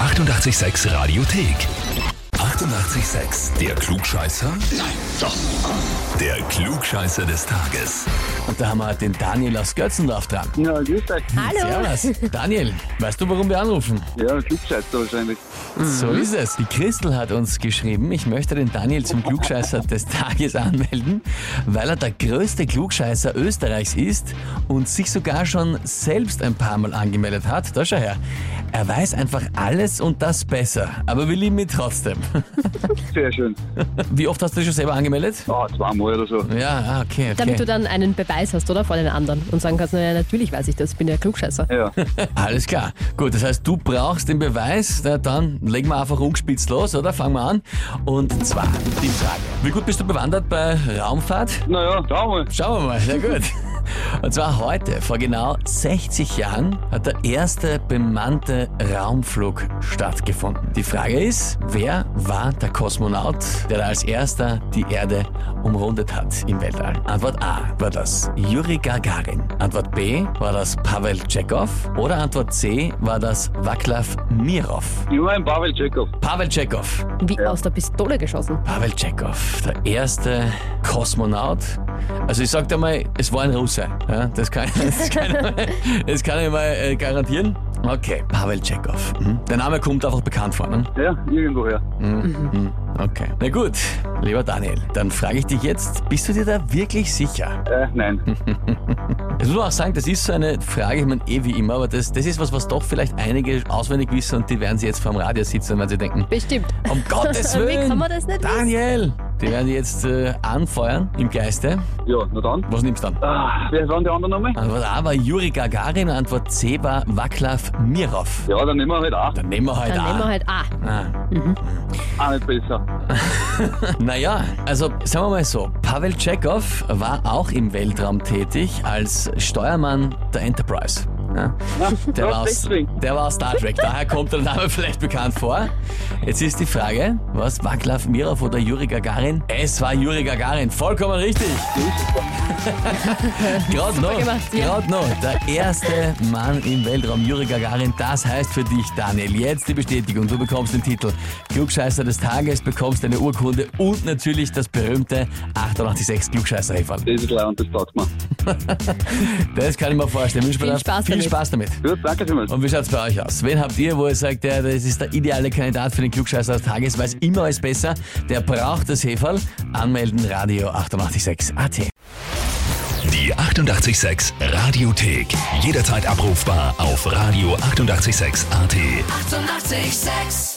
886 Radiothek. 88,6. Der Klugscheißer? Nein, doch. Der Klugscheißer des Tages. Und da haben wir den Daniel aus Götzendorf dran. Ja, grüß euch. Hallo. Servus. Daniel, weißt du, warum wir anrufen? Ja, Glückscheißer wahrscheinlich. So ist es. Die Christel hat uns geschrieben, ich möchte den Daniel zum Klugscheißer des Tages anmelden, weil er der größte Klugscheißer Österreichs ist und sich sogar schon selbst ein paar Mal angemeldet hat. Da schau her. Er weiß einfach alles und das besser. Aber wir lieben ihn trotzdem. Sehr schön. Wie oft hast du dich schon selber angemeldet? Ah, zweimal oder so. Ja, ah, okay, okay. Damit du dann einen Beweis hast, oder? Vor den anderen. Und sagen kannst, naja, natürlich weiß ich das, ich bin ja Klugscheißer. Ja, Alles klar. Gut, das heißt, du brauchst den Beweis. Na, dann legen wir einfach ungespitzt los, oder? Fangen wir an. Und zwar die Frage. Wie gut bist du bewandert bei Raumfahrt? naja, schau mal. Schauen wir mal. Sehr gut. Und zwar heute, vor genau 60 Jahren, hat der erste bemannte Raumflug stattgefunden. Die Frage ist, wer war der Kosmonaut, der da als erster die Erde umrundet hat im Weltall? Antwort A war das Juri Gagarin. Antwort B war das Pavel Tschekow. Oder Antwort C war das Vaclav Mirov. Ich war ein Pavel Chekhov. Pavel Tschekow. Wie aus der Pistole geschossen. Pavel Tschekow, der erste Kosmonaut. Also ich sag dir mal, es war ein Russe. Ja, das, kann, das, kann, ich mal- das kann ich mal äh, garantieren. Okay, Pavel Tschekow. Mhm. Der Name kommt einfach bekannt vor. Ne? Ja, irgendwoher. Okay. Na gut, lieber Daniel, dann frage ich dich jetzt, bist du dir da wirklich sicher? Also Äh, nein. Jetzt muss man auch sagen, das ist so eine Frage, ich meine, eh wie immer, aber das, das ist was, was doch vielleicht einige auswendig wissen und die werden sie jetzt vorm Radio sitzen und werden sie denken, Bestimmt. um Gottes Willen! Wie kann man das nicht wissen? Daniel! Die werden dich jetzt äh, anfeuern im Geiste. Ja, na dann. Was nimmst du dann? Ah, wer waren die anderen nochmal? Antwort A Äh, war Juri Gagarin, Antwort C war Vaclav Mirov. Ja, dann nehmen wir halt auch. Dann nehmen wir halt Dann nehmen wir A. halt A. Ah. Auch nicht besser. Naja, also sagen wir mal so, Pavel Tschekow war auch im Weltraum tätig als Steuermann der Enterprise. Ja, Na, der, ja, war aus, deswegen. der war aus Star Trek, daher kommt der Name vielleicht bekannt vor. Jetzt ist die Frage, was Vaclav Mirov oder Juri Gagarin? Es war Juri Gagarin, vollkommen richtig. Gerade noch, gemacht, ja. gerade noch, der erste Mann im Weltraum, Juri Gagarin. Das heißt für dich, Daniel, jetzt die Bestätigung. Du bekommst den Titel Klugscheißer des Tages, bekommst eine Urkunde und natürlich das berühmte 886 klugscheißer -Häferl. Das ist klar und das taugt mir. Das kann ich mir vorstellen. Wünsche mir Viel da Spaß viel damit. Spaß damit. Gut, danke vielmals. Und wie schaut's bei euch aus? Wen habt ihr, wo ihr sagt, der, das ist der ideale Kandidat für den Klugscheißer des Tages, weiß immer alles besser, der braucht das Heferl? Anmelden, Radio 886 AT. Die 88,6 Radiothek. Jederzeit abrufbar auf radio886.at. 88,6. Eighty-eight, sex.